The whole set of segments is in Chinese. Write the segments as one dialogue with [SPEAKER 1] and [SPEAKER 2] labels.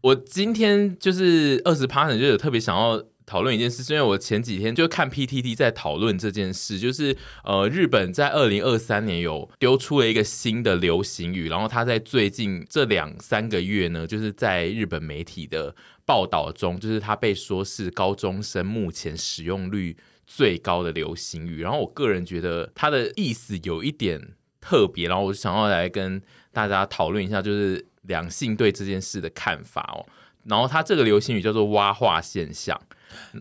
[SPEAKER 1] 我今天就是二十 partner 就有特别想要讨论一件事，是因为我前几天就看 PTT 在讨论这件事，就是呃，日本在二零二三年有丢出了一个新的流行语，然后它在最近这两三个月呢，就是在日本媒体的报道中，就是它被说是高中生目前使用率最高的流行语，然后我个人觉得它的意思有一点特别，然后我想要来跟大家讨论一下，就是两性对这件事的看法哦。然后它这个流行语叫做“蛙化现象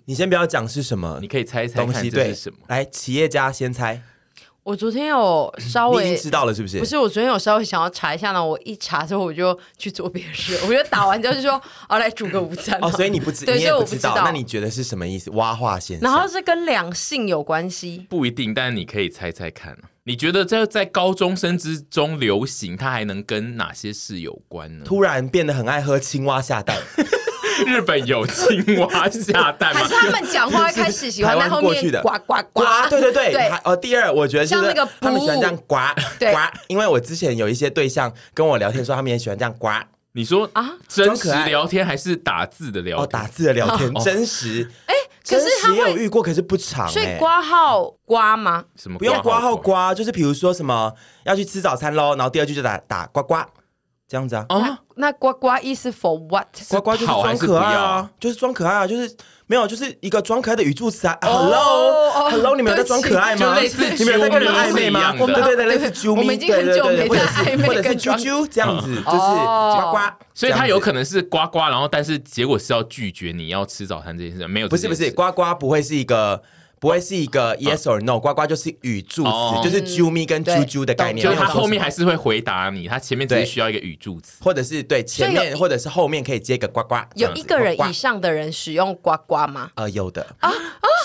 [SPEAKER 2] 你先不要讲是什么”，
[SPEAKER 1] 你可以猜猜
[SPEAKER 2] 东
[SPEAKER 1] 看
[SPEAKER 2] 西，
[SPEAKER 1] 这
[SPEAKER 2] 对
[SPEAKER 1] 是什么？
[SPEAKER 2] 来，企业家先猜，
[SPEAKER 3] 我昨天有稍
[SPEAKER 2] 你已经
[SPEAKER 3] 微
[SPEAKER 2] 知道了是不是？
[SPEAKER 3] 哦不是，我昨天有稍微想要查一下呢，我一查之后我就去做别的事， 我就打完之后就说，啊，来煮个午餐 吧。
[SPEAKER 2] 哦，所以你不知，
[SPEAKER 3] 对
[SPEAKER 2] 你
[SPEAKER 3] 所
[SPEAKER 2] 也
[SPEAKER 3] 以我
[SPEAKER 2] 知
[SPEAKER 3] 不知道
[SPEAKER 2] 那你觉得是什么意思？蛙化现象。
[SPEAKER 3] 然后是跟两性有关系，
[SPEAKER 1] 不一定，但你可以猜猜看啊。你觉得这在高中生之中流行，它还能跟哪些事有关呢？
[SPEAKER 2] 突然变得很爱喝青蛙下蛋，
[SPEAKER 1] 日本有青蛙下蛋
[SPEAKER 3] 还
[SPEAKER 1] 吗
[SPEAKER 3] 是？他们讲话开始喜欢
[SPEAKER 2] 台湾
[SPEAKER 3] 在后
[SPEAKER 2] 过
[SPEAKER 3] 面
[SPEAKER 2] 去的
[SPEAKER 3] 呱呱 呱
[SPEAKER 2] 呱，对对对，
[SPEAKER 3] 对
[SPEAKER 2] 还哦，第二，我觉得就
[SPEAKER 3] 像
[SPEAKER 2] 是
[SPEAKER 3] 那个
[SPEAKER 2] 他们喜欢
[SPEAKER 3] 哺
[SPEAKER 2] 这样呱
[SPEAKER 3] 对
[SPEAKER 2] 呱，因为我之前有一些对象跟我聊天说，他们也喜欢这样呱，
[SPEAKER 1] 你说
[SPEAKER 3] 啊
[SPEAKER 1] 真
[SPEAKER 2] 装
[SPEAKER 1] 实
[SPEAKER 2] 可爱
[SPEAKER 1] 聊天还是打字的聊
[SPEAKER 2] 哦，
[SPEAKER 1] 天？
[SPEAKER 2] 打字的聊天真实，哎，
[SPEAKER 3] 可是他
[SPEAKER 2] 也有
[SPEAKER 3] 会，
[SPEAKER 2] 遇过，可是不长，
[SPEAKER 3] 所以
[SPEAKER 2] 哎
[SPEAKER 3] 挂号刮吗？
[SPEAKER 1] 什么
[SPEAKER 2] 不用
[SPEAKER 1] 挂
[SPEAKER 2] 挂号刮，就是比如说什么要去吃早餐喽，然后第二句就打打呱呱，这样子啊，
[SPEAKER 1] 啊？
[SPEAKER 3] 那呱呱意思 for what？
[SPEAKER 2] 呱呱就是
[SPEAKER 1] 好还
[SPEAKER 2] 装
[SPEAKER 1] 是
[SPEAKER 2] 可爱
[SPEAKER 1] 不要
[SPEAKER 2] 啊，就是装可爱啊，就是没有，就是一个装可爱的语助词啊。
[SPEAKER 3] 哦哦
[SPEAKER 2] Hello，Hello，你们有在装可爱吗？
[SPEAKER 3] 对不起就类
[SPEAKER 2] 你
[SPEAKER 3] 似
[SPEAKER 2] 们有在跟人暧昧吗？
[SPEAKER 1] 啾咪是一样的
[SPEAKER 2] 对对对，类似
[SPEAKER 3] 哦对
[SPEAKER 2] 啾咪，
[SPEAKER 3] 我们已经很
[SPEAKER 2] 对
[SPEAKER 3] 久
[SPEAKER 2] 对对
[SPEAKER 3] 没在暧昧
[SPEAKER 2] 或者是
[SPEAKER 3] 跟
[SPEAKER 2] 啾
[SPEAKER 3] 装
[SPEAKER 2] 啾这样子，就是呱
[SPEAKER 3] 哦
[SPEAKER 2] 呱。
[SPEAKER 1] 所以他有
[SPEAKER 2] 能
[SPEAKER 1] 可能是呱呱，然后但是结果是要拒绝你要吃早餐这件事，没有
[SPEAKER 2] 不是不是呱呱不会是一个。不会是一个 yes or no，呱呱就是语助
[SPEAKER 1] 哦
[SPEAKER 2] 词，就是啾咪跟
[SPEAKER 3] 对
[SPEAKER 2] 啾啾的概
[SPEAKER 1] 就
[SPEAKER 2] 念。
[SPEAKER 1] 是
[SPEAKER 2] 没有
[SPEAKER 1] 他
[SPEAKER 2] 说什么
[SPEAKER 1] 后面还是会回答你，他前面只是
[SPEAKER 2] 对
[SPEAKER 1] 需要一个语助词。
[SPEAKER 2] 或者是对前
[SPEAKER 3] 所以有
[SPEAKER 2] 面，或者是后面可以接个呱呱。这
[SPEAKER 3] 有
[SPEAKER 2] 样子
[SPEAKER 3] 一个人
[SPEAKER 2] 呱呱
[SPEAKER 3] 以上的人使用呱呱吗？
[SPEAKER 2] 呃有的啊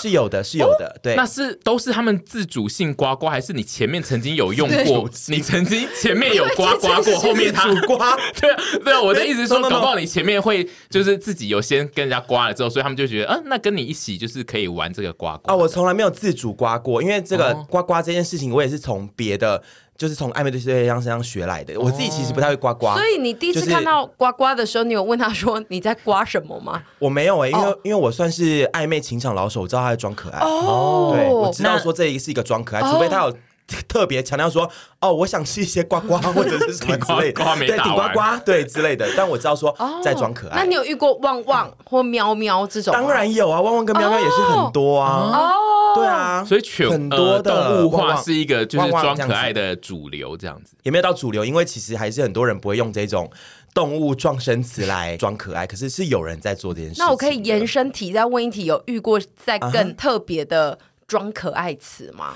[SPEAKER 2] 是有的是有的，对
[SPEAKER 1] 那是都是他们自主性呱呱，还是你前面曾经有用过？你曾经前面有呱呱过，后面 他
[SPEAKER 2] 主呱。
[SPEAKER 1] 对对，啊我的意思是说，
[SPEAKER 2] No, no, no.
[SPEAKER 1] 搞不好你前面会就是自己有先跟人家呱了之后，所以他们就觉得，嗯、那跟你一起就是可以玩这个呱呱
[SPEAKER 2] 啊，我从来没有自主刮过，因为这个
[SPEAKER 1] 哦
[SPEAKER 2] 刮刮这件事情，我也是从别的，就是从暧昧对象身上学来的。我自己其实不太会刮刮，
[SPEAKER 3] 哦所以你第一次
[SPEAKER 2] 就是
[SPEAKER 3] 看到呱呱的时候，你有问他说你在刮什么吗？
[SPEAKER 2] 我没有哎、因为、
[SPEAKER 3] 哦
[SPEAKER 2] 因为我算是暧昧情场老手，我知道他在装可爱。
[SPEAKER 3] 哦
[SPEAKER 2] 对，我知道说这一个是一个装可爱，除非他有 特别强调说，哦，我想吃一些刮 刮或者是什么之类
[SPEAKER 1] 顶呱呱
[SPEAKER 2] 的，
[SPEAKER 1] 没
[SPEAKER 2] 对，
[SPEAKER 1] 打
[SPEAKER 2] 顶刮
[SPEAKER 1] 完
[SPEAKER 2] 刮，对之类的。但我知道说
[SPEAKER 3] 哦
[SPEAKER 2] 在装可
[SPEAKER 3] 那
[SPEAKER 2] 爱嗯
[SPEAKER 3] 你，有遇过旺旺或喵喵这种吗？
[SPEAKER 2] 当然有啊，汪汪跟喵喵也是很多啊，
[SPEAKER 3] 哦，
[SPEAKER 2] 对，啊，
[SPEAKER 1] 所以犬
[SPEAKER 2] 很多的
[SPEAKER 1] 呃、动物
[SPEAKER 2] 汪
[SPEAKER 1] 化
[SPEAKER 2] 汪
[SPEAKER 1] 是一个就是
[SPEAKER 2] 汪汪
[SPEAKER 1] 装
[SPEAKER 2] 这样
[SPEAKER 1] 可
[SPEAKER 2] 子
[SPEAKER 1] 爱的主流这样子。
[SPEAKER 2] 也没有到主流，因为其实还是很多人不会用这种动物撞声词来装可爱，可是是有人在做这件事情。
[SPEAKER 3] 那我可以延伸题再问一题，有遇过再更特别的装可爱词吗？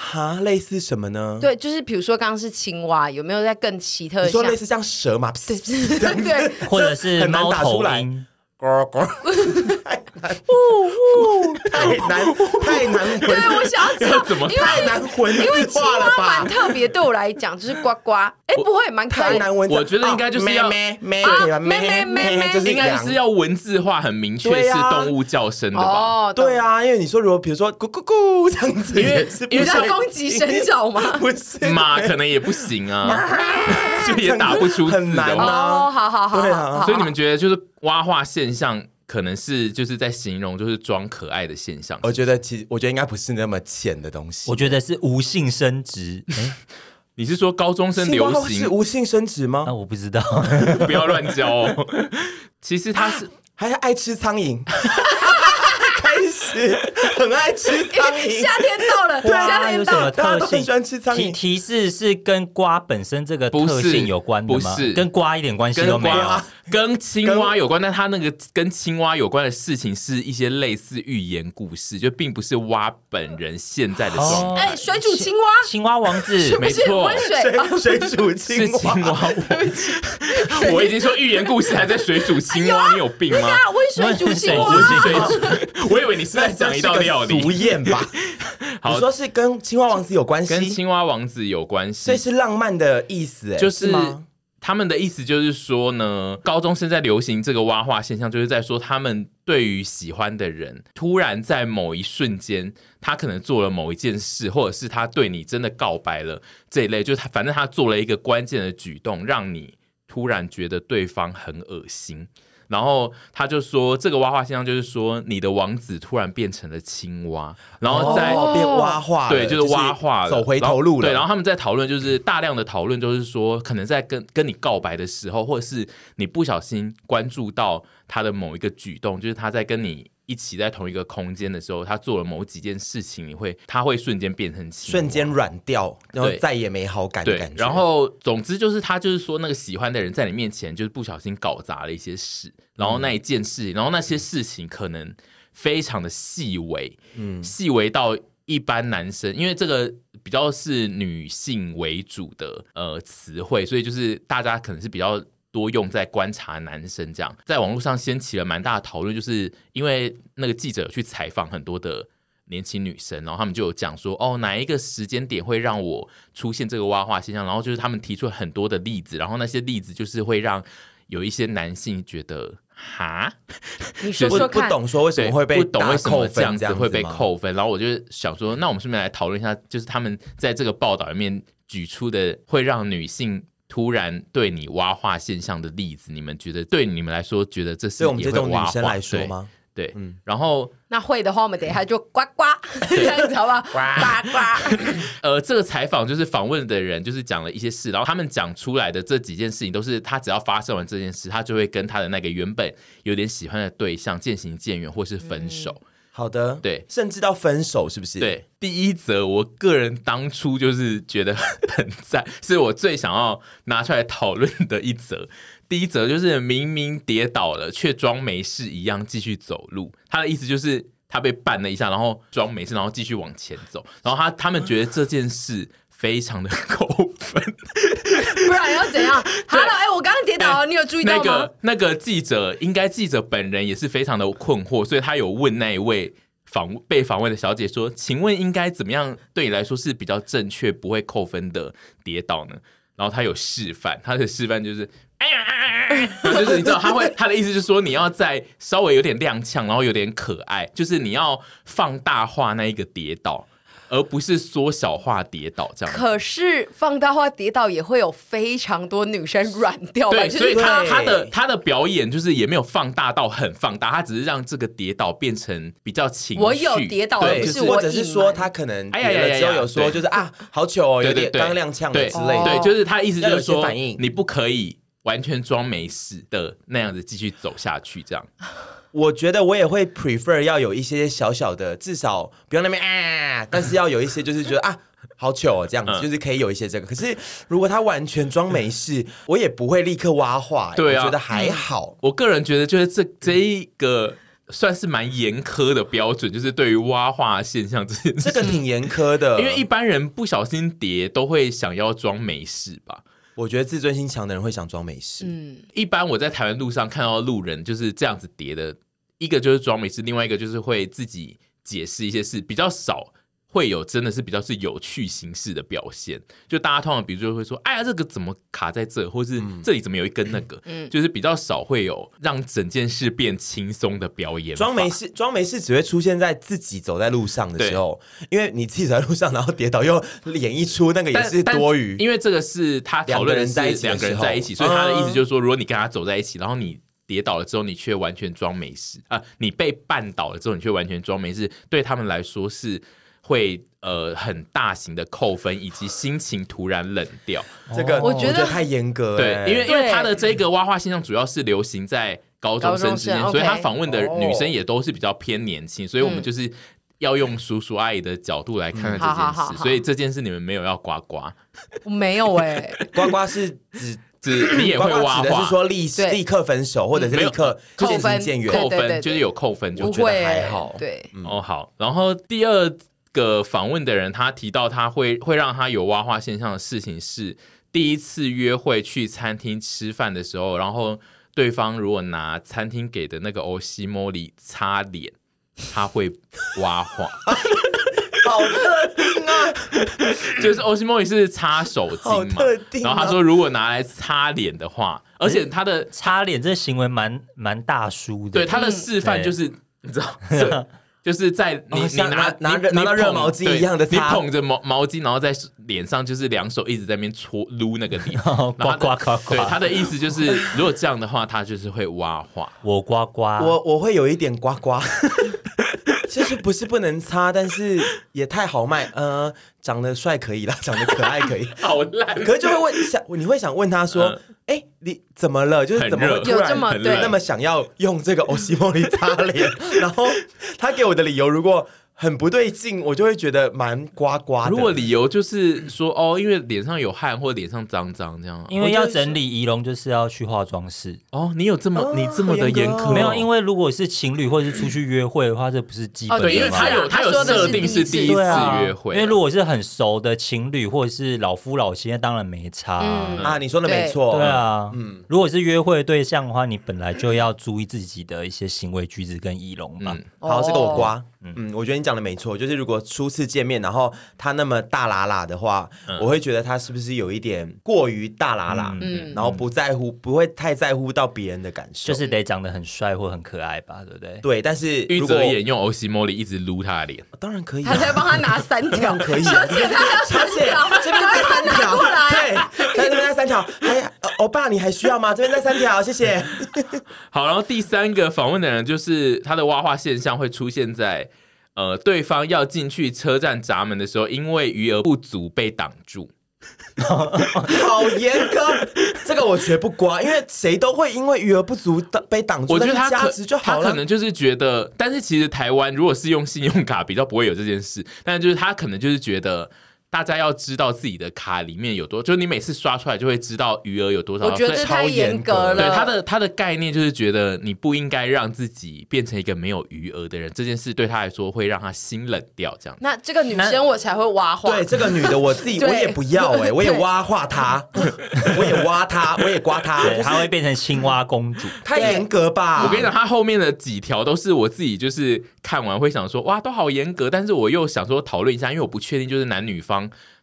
[SPEAKER 2] 哈，类似什么呢？，
[SPEAKER 3] 对，就是比如说刚刚是青蛙，有没有在更奇特
[SPEAKER 2] 嗯你说
[SPEAKER 3] 像？
[SPEAKER 2] 类似像蛇嘛？ 噗噗噗这样子
[SPEAKER 3] 对，
[SPEAKER 4] 或者是
[SPEAKER 2] 很难
[SPEAKER 4] 猫
[SPEAKER 2] 打出
[SPEAKER 4] 头
[SPEAKER 2] 来
[SPEAKER 4] 鹰，
[SPEAKER 2] 咕咕，太难，太难，太难
[SPEAKER 3] 对，
[SPEAKER 2] 混，
[SPEAKER 3] 我想要知道，
[SPEAKER 1] 怎么
[SPEAKER 3] 因
[SPEAKER 2] 太
[SPEAKER 3] 为
[SPEAKER 2] 难混
[SPEAKER 3] 因为
[SPEAKER 2] 字
[SPEAKER 3] 青
[SPEAKER 2] 化了
[SPEAKER 3] 蛙
[SPEAKER 2] 吧
[SPEAKER 3] 蛮？特别，对我来讲就是呱呱，哎，不会蛮可爱
[SPEAKER 2] 太
[SPEAKER 3] 的。
[SPEAKER 2] 难文字，
[SPEAKER 1] 我觉得应该就是要
[SPEAKER 2] 哦咩咩咩
[SPEAKER 3] 啊咩
[SPEAKER 2] 咩
[SPEAKER 3] 咩咩
[SPEAKER 2] 咩，就是
[SPEAKER 1] 应该
[SPEAKER 2] 羊
[SPEAKER 1] 是要文字化很明确
[SPEAKER 2] 对
[SPEAKER 1] 是
[SPEAKER 2] 啊
[SPEAKER 1] 动物叫声的吧？
[SPEAKER 3] 哦，懂
[SPEAKER 2] 对，啊，因为你说如果比如说咕咕咕这样子，
[SPEAKER 1] 因为
[SPEAKER 2] 也是不
[SPEAKER 1] 因
[SPEAKER 3] 你
[SPEAKER 1] 为
[SPEAKER 3] 知道
[SPEAKER 1] 像
[SPEAKER 2] 是
[SPEAKER 3] 攻击神 爪吗？
[SPEAKER 2] 不是
[SPEAKER 1] 马可能也不行啊， 就也打不出字
[SPEAKER 2] 很难
[SPEAKER 1] 的
[SPEAKER 2] 啊
[SPEAKER 1] 话。
[SPEAKER 3] 哦，好好好
[SPEAKER 2] 对啊
[SPEAKER 3] 好，好
[SPEAKER 1] 所以你们觉得就是蛙化现象，可能是就是在形容就是装可爱的现象。
[SPEAKER 2] 我觉得其实我觉得应该不是那么浅的东西。
[SPEAKER 4] 我觉得是无性生 殖。诶
[SPEAKER 1] 你是说高中生
[SPEAKER 2] 青蛙
[SPEAKER 1] 流
[SPEAKER 2] 会是
[SPEAKER 1] 行？
[SPEAKER 2] 无性生殖
[SPEAKER 4] 啊，
[SPEAKER 1] 哦
[SPEAKER 2] 吗？
[SPEAKER 4] 我不知道，
[SPEAKER 1] 不要乱教 哦。其实它
[SPEAKER 4] 啊
[SPEAKER 1] 是
[SPEAKER 2] 还爱吃苍 蝇？开始很爱吃苍 蝇，
[SPEAKER 3] 夏天到了，夏
[SPEAKER 2] 啊
[SPEAKER 4] 哇，
[SPEAKER 3] 天
[SPEAKER 4] 有什
[SPEAKER 3] 到
[SPEAKER 4] 么
[SPEAKER 3] 了，
[SPEAKER 2] 大家
[SPEAKER 4] 特
[SPEAKER 2] 都很
[SPEAKER 4] 性
[SPEAKER 2] 喜？欢吃苍
[SPEAKER 4] 提
[SPEAKER 2] 蝇。
[SPEAKER 4] 提示是跟瓜本身这个
[SPEAKER 1] 不
[SPEAKER 4] 特
[SPEAKER 1] 是
[SPEAKER 4] 性有关的吗？
[SPEAKER 1] 不是
[SPEAKER 4] 跟瓜一点关系都
[SPEAKER 1] 跟
[SPEAKER 4] 没有。
[SPEAKER 1] 蛙跟青蛙有关，但它那个跟青蛙有关的事情是一些类似寓言故事，就并不是蛙本人现在的
[SPEAKER 2] 哦
[SPEAKER 1] 状态。
[SPEAKER 3] 哎，水煮青蛙
[SPEAKER 4] 哦青蛙王子，
[SPEAKER 1] 没
[SPEAKER 3] 不是
[SPEAKER 1] 错
[SPEAKER 3] 温水，哦
[SPEAKER 2] 水水煮
[SPEAKER 1] 是
[SPEAKER 2] 青
[SPEAKER 1] 青
[SPEAKER 2] 蛙，
[SPEAKER 1] 蛙，我我已经说寓言故事，还在水煮青
[SPEAKER 2] 哎
[SPEAKER 1] 蛙，你有病吗？
[SPEAKER 3] 啊，温水煮青蛙
[SPEAKER 4] 温。
[SPEAKER 1] 水煮， 我以为你是在讲一道料
[SPEAKER 2] 那这是个俗
[SPEAKER 1] 理，
[SPEAKER 2] 宴吧？
[SPEAKER 1] 好
[SPEAKER 2] 你说是跟青蛙王子有关
[SPEAKER 1] 跟
[SPEAKER 2] 系，
[SPEAKER 1] 青蛙王子有关系
[SPEAKER 2] 所以。是浪漫的意思，哎
[SPEAKER 1] 就是
[SPEAKER 2] 吗
[SPEAKER 1] 他们的意思就是说呢，高中生在流行这个蛙化现象，就是在说他们对于喜欢的人，突然在某一瞬间，他可能做了某一件事，或者是他对你真的告白了这一类，就是他反正他做了一个关键的举动，让你。突然觉得对方很恶心。然后他就说，这个蛙化现象就是说，你的王子突然变成了青蛙，然后在、
[SPEAKER 2] 哦变蛙化了，
[SPEAKER 1] 对，就是蛙化了，
[SPEAKER 2] 走回头路
[SPEAKER 1] 然后
[SPEAKER 2] 了。
[SPEAKER 1] 对，然后他们在讨论，就是大量的讨论，就是说，可能在跟跟你告白的时候，或者是你不小心关注到他的某一个举动，就是他在跟你一起在同一个空间的时候，他做了某几件事情，你会他会瞬间变成青蛙
[SPEAKER 2] 瞬间软掉，然后
[SPEAKER 1] 对
[SPEAKER 2] 再也没好感的
[SPEAKER 1] 对
[SPEAKER 2] 感，觉。
[SPEAKER 1] 然后总之就是他就是说那个喜欢的人在你面前就是不小心搞砸了一些事，然后那一件事，然后那些事情可能非常的细微，嗯，细微到一般男生，因为这个比较是女性为主的呃词汇，所以就是大家可能是比较。多用在观察男生，这样在网络上掀起了蛮大的讨论，就是因为那个记者有去采访很多的年轻女生，然后他们就有讲说，哦，哪一个时间点会让我出现这个蛙化现象？然后就是他们提出了很多的例子，然后那些例子就是会让有一些男性觉得，哈，
[SPEAKER 3] 你说
[SPEAKER 2] 不
[SPEAKER 3] 说
[SPEAKER 2] 不
[SPEAKER 3] 看，
[SPEAKER 2] 懂说为什
[SPEAKER 1] 对
[SPEAKER 2] 么会被
[SPEAKER 1] 不懂
[SPEAKER 2] 打
[SPEAKER 1] 为什么
[SPEAKER 2] 扣
[SPEAKER 1] 这
[SPEAKER 2] 分
[SPEAKER 1] 样
[SPEAKER 2] 子
[SPEAKER 1] 子会被
[SPEAKER 2] 吗。
[SPEAKER 1] 扣分？然后我就想说，那我们顺便来讨论一下，就是他们在这个报道里面举出的会让女性。突然对你蛙化现象的例子，你们觉得对你们来说，觉得这是
[SPEAKER 2] 对我们
[SPEAKER 1] 也
[SPEAKER 2] 这
[SPEAKER 1] 会
[SPEAKER 2] 种
[SPEAKER 1] 蛙
[SPEAKER 2] 女生
[SPEAKER 1] 化
[SPEAKER 2] 来说
[SPEAKER 1] 对
[SPEAKER 2] 吗？
[SPEAKER 1] 对，嗯。然后
[SPEAKER 3] 那会的话，我们等一下就呱呱这样子好不好？呱呱，
[SPEAKER 1] 呃，这个采访就是访问的人，就是讲了一些事，然后他们讲出来的这几件事情，都是他只要发生完这件事，他就会跟他的那个原本有点喜欢的对象渐行渐远，或是分手。
[SPEAKER 2] 好的，
[SPEAKER 1] 对
[SPEAKER 2] 甚至到分手是不是？，
[SPEAKER 1] 对，第一则，我个人当初就是觉得很赞，是我最想要拿出来讨论的一则。 第一则就是明明跌倒了，却装没事一样继续走路。他的意思就是他被绊了一下，然后装没事，然后继续往前走。然后他他们觉得这件事非常 的扣分。
[SPEAKER 3] 不然要怎样？Hello，哎，我刚刚跌倒了，你有注意
[SPEAKER 1] 那
[SPEAKER 3] 到吗
[SPEAKER 1] 个？那个记者，应该记者本人也是非常的困惑，所以他有问那一位访被访问的小姐说：“请问应该怎么样对你来说是比较正确、不会扣分的跌倒呢？”然后他有示范，他的示范就是。哎呀哎呀哎呀就是你知道，他会他的意思是说，你要在稍微有点踉跄，然后有点可爱，就是你要放大化那一个跌倒，而不是缩小化跌倒这样子。
[SPEAKER 3] 可是放大化跌倒也会有非常多女生软掉吧？
[SPEAKER 1] 对，
[SPEAKER 3] 就
[SPEAKER 1] 所以
[SPEAKER 3] 是
[SPEAKER 1] 他
[SPEAKER 2] 对
[SPEAKER 1] 他的他的表演就是也没有放大到很放大，他只是让这个跌倒变成比较情绪。
[SPEAKER 3] 我有跌倒
[SPEAKER 1] 对
[SPEAKER 3] 不
[SPEAKER 1] 就是
[SPEAKER 3] 哦我
[SPEAKER 2] 或者是
[SPEAKER 3] 隐
[SPEAKER 2] 说
[SPEAKER 3] 瞒
[SPEAKER 2] 他可能
[SPEAKER 1] 哎呀呀呀
[SPEAKER 2] 跌了之后有
[SPEAKER 1] 呀
[SPEAKER 2] 说
[SPEAKER 1] 呀
[SPEAKER 2] 就是啊，好糗哦，有
[SPEAKER 1] 对对
[SPEAKER 2] 点
[SPEAKER 1] 对
[SPEAKER 2] 刚踉�跄
[SPEAKER 1] 对
[SPEAKER 2] 了之类
[SPEAKER 3] 哦
[SPEAKER 2] 的。
[SPEAKER 1] 对，就是他意思就是
[SPEAKER 2] 要有
[SPEAKER 1] 说
[SPEAKER 2] 些反应，
[SPEAKER 1] 你不可以完全装没事的那样子继续走下去，这样。
[SPEAKER 2] 我觉得我也会 prefer 要有一些小小的，至少不用那边啊，但是要有一些就是觉得啊。好糗哦，这样子、
[SPEAKER 1] 嗯
[SPEAKER 2] 就是可以有一些这个。可是如果他完全装没事，我也不会立刻挖话、
[SPEAKER 1] 对啊
[SPEAKER 2] 我觉得还
[SPEAKER 3] 嗯
[SPEAKER 2] 好。
[SPEAKER 1] 我个人觉得，就是这这一个算是蛮严苛的标准，就是对于蛙化现象这件事
[SPEAKER 2] 这个挺严苛的，
[SPEAKER 1] 因为一般人不小心跌都会想要装没事吧。
[SPEAKER 2] 我觉得自尊心强的人会想装没事。
[SPEAKER 3] 嗯，
[SPEAKER 1] 一般我在台湾路上看到路人就是这样子叠的，一个就是装没事，另外一个就是会自己解释一些事，比较少会有真的是比较是有趣形式的表现。就大家通常比如就会说，哎呀，这个怎么卡在这，或是这里怎么有一根那个，就是比较少会有让整件事变轻松的表演法。
[SPEAKER 2] 装没事，装没事只会出现在自己走在路上的时候，因为你自己走在路上，然后跌倒又演一出，那个也
[SPEAKER 1] 但
[SPEAKER 2] 是多余。
[SPEAKER 1] 因为这个是他讨论的嗯是两
[SPEAKER 2] 两
[SPEAKER 1] 个
[SPEAKER 2] 个
[SPEAKER 1] 人
[SPEAKER 2] 人
[SPEAKER 1] 在
[SPEAKER 2] 在
[SPEAKER 1] 一
[SPEAKER 2] 一
[SPEAKER 1] 起，
[SPEAKER 2] 起的时
[SPEAKER 1] 所
[SPEAKER 2] 候
[SPEAKER 1] 以他的意思就是说，如果你跟他走在一起，然后你跌倒了之后，你却完全装没事啊、你被绊倒了之后，你却完全装没事，对他们来说是会呃很大型的扣分，以及心情突然冷掉。
[SPEAKER 2] 这个
[SPEAKER 3] 哦我觉得
[SPEAKER 2] 太严格、
[SPEAKER 1] 对
[SPEAKER 2] 欸，，
[SPEAKER 1] 因为因为
[SPEAKER 3] 对
[SPEAKER 1] 他的这个蛙化现象主要是流行在高中生之间，
[SPEAKER 3] 高中生
[SPEAKER 1] 所以他
[SPEAKER 3] OK
[SPEAKER 1] 访问的女生也都是比较偏年轻，所以我们就是。要用叔叔阿姨的角度来看看这件事，
[SPEAKER 3] 嗯好好好好
[SPEAKER 1] 所以这件事你们没有要呱呱，
[SPEAKER 3] 我没有哎，
[SPEAKER 2] 呱呱是指
[SPEAKER 1] 只 你也会
[SPEAKER 2] 呱呱
[SPEAKER 1] 蛙
[SPEAKER 2] 指的
[SPEAKER 1] 化
[SPEAKER 2] 是，说立
[SPEAKER 3] 对
[SPEAKER 2] 立刻分手，或者是
[SPEAKER 1] 没有
[SPEAKER 2] 立刻
[SPEAKER 3] 扣
[SPEAKER 2] 渐行
[SPEAKER 3] 分
[SPEAKER 2] 渐远。
[SPEAKER 1] 扣
[SPEAKER 3] 对对
[SPEAKER 1] 分，
[SPEAKER 3] 对
[SPEAKER 1] 就是有扣分就
[SPEAKER 3] 不
[SPEAKER 1] 觉得
[SPEAKER 3] 会
[SPEAKER 1] 还
[SPEAKER 3] 欸
[SPEAKER 2] 好
[SPEAKER 3] 对，
[SPEAKER 1] 哦好。然后第二个访问的人，他提到他会会让他有蛙化现象的事情是，第一次约会去餐厅吃饭的时候，然后对方如果拿餐厅给的那个欧西莫里擦脸，他会蛙 化。
[SPEAKER 2] 好特
[SPEAKER 3] 啊
[SPEAKER 1] 就是欧西莫里是擦手
[SPEAKER 2] 好
[SPEAKER 1] 巾嘛
[SPEAKER 2] 特，定哦
[SPEAKER 1] 然后他说如果拿来擦脸的话，而且他的
[SPEAKER 4] 擦脸这行为蛮蛮大叔的，
[SPEAKER 1] 对他的示范就是。你知道，这 就是在你、
[SPEAKER 2] 哦
[SPEAKER 1] 你
[SPEAKER 2] 像
[SPEAKER 1] 拿
[SPEAKER 2] 拿拿
[SPEAKER 1] 你
[SPEAKER 2] 拿
[SPEAKER 1] 你
[SPEAKER 2] 到热
[SPEAKER 1] 捧
[SPEAKER 2] 毛巾
[SPEAKER 1] 对
[SPEAKER 2] 一样的
[SPEAKER 1] 你
[SPEAKER 2] 擦
[SPEAKER 1] 捧着毛毛巾，然后在脸上就是两手一直在那边搓撸那个 地方，
[SPEAKER 4] 呱
[SPEAKER 1] 然后
[SPEAKER 4] 呱呱
[SPEAKER 1] 对他
[SPEAKER 4] 呱，
[SPEAKER 1] 的意思就是，如果这样的话，他就是会挖话。
[SPEAKER 4] 我呱呱，
[SPEAKER 2] 我我会有一点呱 呱，就是不是不能擦，但是也太豪迈。呃，长得帅可以啦，长得可爱可以，
[SPEAKER 1] 好烂
[SPEAKER 2] 可是就会问想，你会想问他说
[SPEAKER 1] 嗯，
[SPEAKER 2] 哎、你怎么了？就是
[SPEAKER 1] 很
[SPEAKER 2] 怎么会
[SPEAKER 1] 热
[SPEAKER 2] 突然
[SPEAKER 3] 有这么
[SPEAKER 1] 很
[SPEAKER 3] 对
[SPEAKER 1] 热
[SPEAKER 2] 那么想要用这个欧西莫里擦脸？ 然后他给我的理由如果很不对劲，我就会觉得蛮呱呱 的。
[SPEAKER 1] 如果理由就是说哦，因为脸上有汗或脸上脏脏这样啊，
[SPEAKER 4] 因为要整理仪容，就是要去化妆室。
[SPEAKER 1] 哦，你有这么、
[SPEAKER 2] 哦
[SPEAKER 1] 你这么的严苛
[SPEAKER 2] 好严格
[SPEAKER 1] 哦，
[SPEAKER 2] 哦
[SPEAKER 4] 没有，因为如果是情侣或者是出去约会的话，这不是基本
[SPEAKER 3] 哦
[SPEAKER 4] 的吗？
[SPEAKER 1] 对，因为他有
[SPEAKER 3] 他
[SPEAKER 1] 有
[SPEAKER 3] 说的是
[SPEAKER 1] 设定是
[SPEAKER 3] 第一
[SPEAKER 1] 第
[SPEAKER 3] 次
[SPEAKER 1] 一次
[SPEAKER 4] 对啊
[SPEAKER 1] 约会啊，
[SPEAKER 4] 因为如果是很熟的情侣或者是老夫老妻，那当然没差啊。
[SPEAKER 3] 嗯
[SPEAKER 2] 啊，你说的没错，
[SPEAKER 4] 对啊，嗯，如果是约会对象的话，你本来就要注意自己的一些行为举止跟仪容嘛。
[SPEAKER 1] 嗯
[SPEAKER 2] 好，这个我
[SPEAKER 3] 哦
[SPEAKER 2] 刮。嗯，我觉得你讲的没错，就是如果初次见面，然后他那么大喇喇的话，
[SPEAKER 1] 嗯
[SPEAKER 2] 我会觉得他是不是有一点过于大喇喇，
[SPEAKER 3] 嗯
[SPEAKER 2] 然后不在乎，不会太在乎到别人的感受。
[SPEAKER 4] 就是得长得很帅或很可爱吧，对不对？
[SPEAKER 2] 对，但是
[SPEAKER 1] 玉
[SPEAKER 2] 如果
[SPEAKER 1] 泽演用欧西莫里一直撸他的脸，
[SPEAKER 2] 当然可以、
[SPEAKER 3] 他在
[SPEAKER 2] 啊，
[SPEAKER 3] 帮他拿三条，
[SPEAKER 2] 可以啊
[SPEAKER 3] 而且他要三
[SPEAKER 2] 而且
[SPEAKER 3] 条，
[SPEAKER 2] 这边再三条，
[SPEAKER 3] 过来
[SPEAKER 2] 对，他这边再三条，还呃欧巴你还需要吗？这边再三条，谢谢。
[SPEAKER 1] 好，然后第三个访问的人就是他的挖话现象会出现在呃对方要进去车站闸门的时候，因为余额不足被挡住。
[SPEAKER 2] 好严格，这个我绝不刮，因为谁都会因为余额不足的被挡住，
[SPEAKER 1] 我觉得他
[SPEAKER 2] 但是
[SPEAKER 1] 可
[SPEAKER 2] 价值就
[SPEAKER 1] 他
[SPEAKER 2] 好
[SPEAKER 1] 可
[SPEAKER 2] 了。
[SPEAKER 1] 能就是觉得，但是其实台湾如果是用信用卡比较不会有这件事，但就是他可能就是觉得。大家要知道自己的卡里面有多，就是你每次刷出来就会知道余额有多少。
[SPEAKER 3] 我觉得
[SPEAKER 1] 所
[SPEAKER 3] 这
[SPEAKER 1] 以
[SPEAKER 3] 太严格了。
[SPEAKER 1] 对他的他的概念就是觉得你不应该让自己变成一个没有余额的人，这件事对他来说会让他心冷掉。这样
[SPEAKER 3] 那这个女生我才会挖话，
[SPEAKER 2] 对这个女的，我自己
[SPEAKER 3] 对
[SPEAKER 2] 我也不要哎、我也挖化她，我也挖她，我也刮她，啊
[SPEAKER 4] 对，
[SPEAKER 2] 就是
[SPEAKER 4] 她会变成青蛙公主。
[SPEAKER 2] 太严格吧？
[SPEAKER 1] 我跟你讲，他后面的几条都是我自己就是看完会想说，哇，都好严格，但是我又想说讨论一下，因为我不确定就是男女方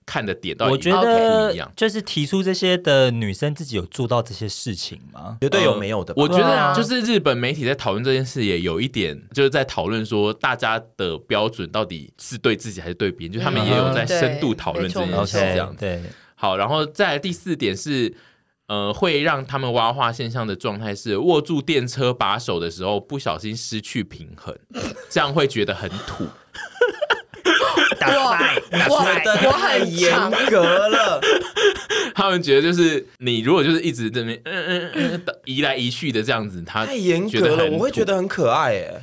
[SPEAKER 1] 看的点到底
[SPEAKER 4] 我觉
[SPEAKER 1] 不
[SPEAKER 4] 得
[SPEAKER 1] 一样。
[SPEAKER 4] 就是提出这些的女生自己有做到这些事情吗？
[SPEAKER 2] 绝对有没有的吧？
[SPEAKER 1] 我觉
[SPEAKER 4] 对啊
[SPEAKER 1] 得就是日本媒体在讨论这件事，也有一点就是在讨论说大家的标准到底是对自己还是对别人，就他们也有在深度讨论这件
[SPEAKER 3] 嗯
[SPEAKER 1] 事，
[SPEAKER 3] OK，
[SPEAKER 1] 这样子。
[SPEAKER 4] 对，
[SPEAKER 1] 好，然后再来第四点是，呃，会让他们挖化现象的状态是握住电车把手的时候不小心失去平衡，这样会觉得很土。呃
[SPEAKER 2] 觉
[SPEAKER 3] 我我
[SPEAKER 2] 得
[SPEAKER 3] 我
[SPEAKER 2] 太
[SPEAKER 3] 很
[SPEAKER 2] 严
[SPEAKER 3] 强，
[SPEAKER 2] 格了，
[SPEAKER 1] 他们觉得就是你如果就是一直这边嗯嗯嗯嗯移来移去的这样子，他
[SPEAKER 2] 太严
[SPEAKER 1] 觉
[SPEAKER 2] 格
[SPEAKER 1] 得
[SPEAKER 2] 了
[SPEAKER 1] 很，
[SPEAKER 2] 我会
[SPEAKER 1] 土
[SPEAKER 2] 觉得很可爱哎、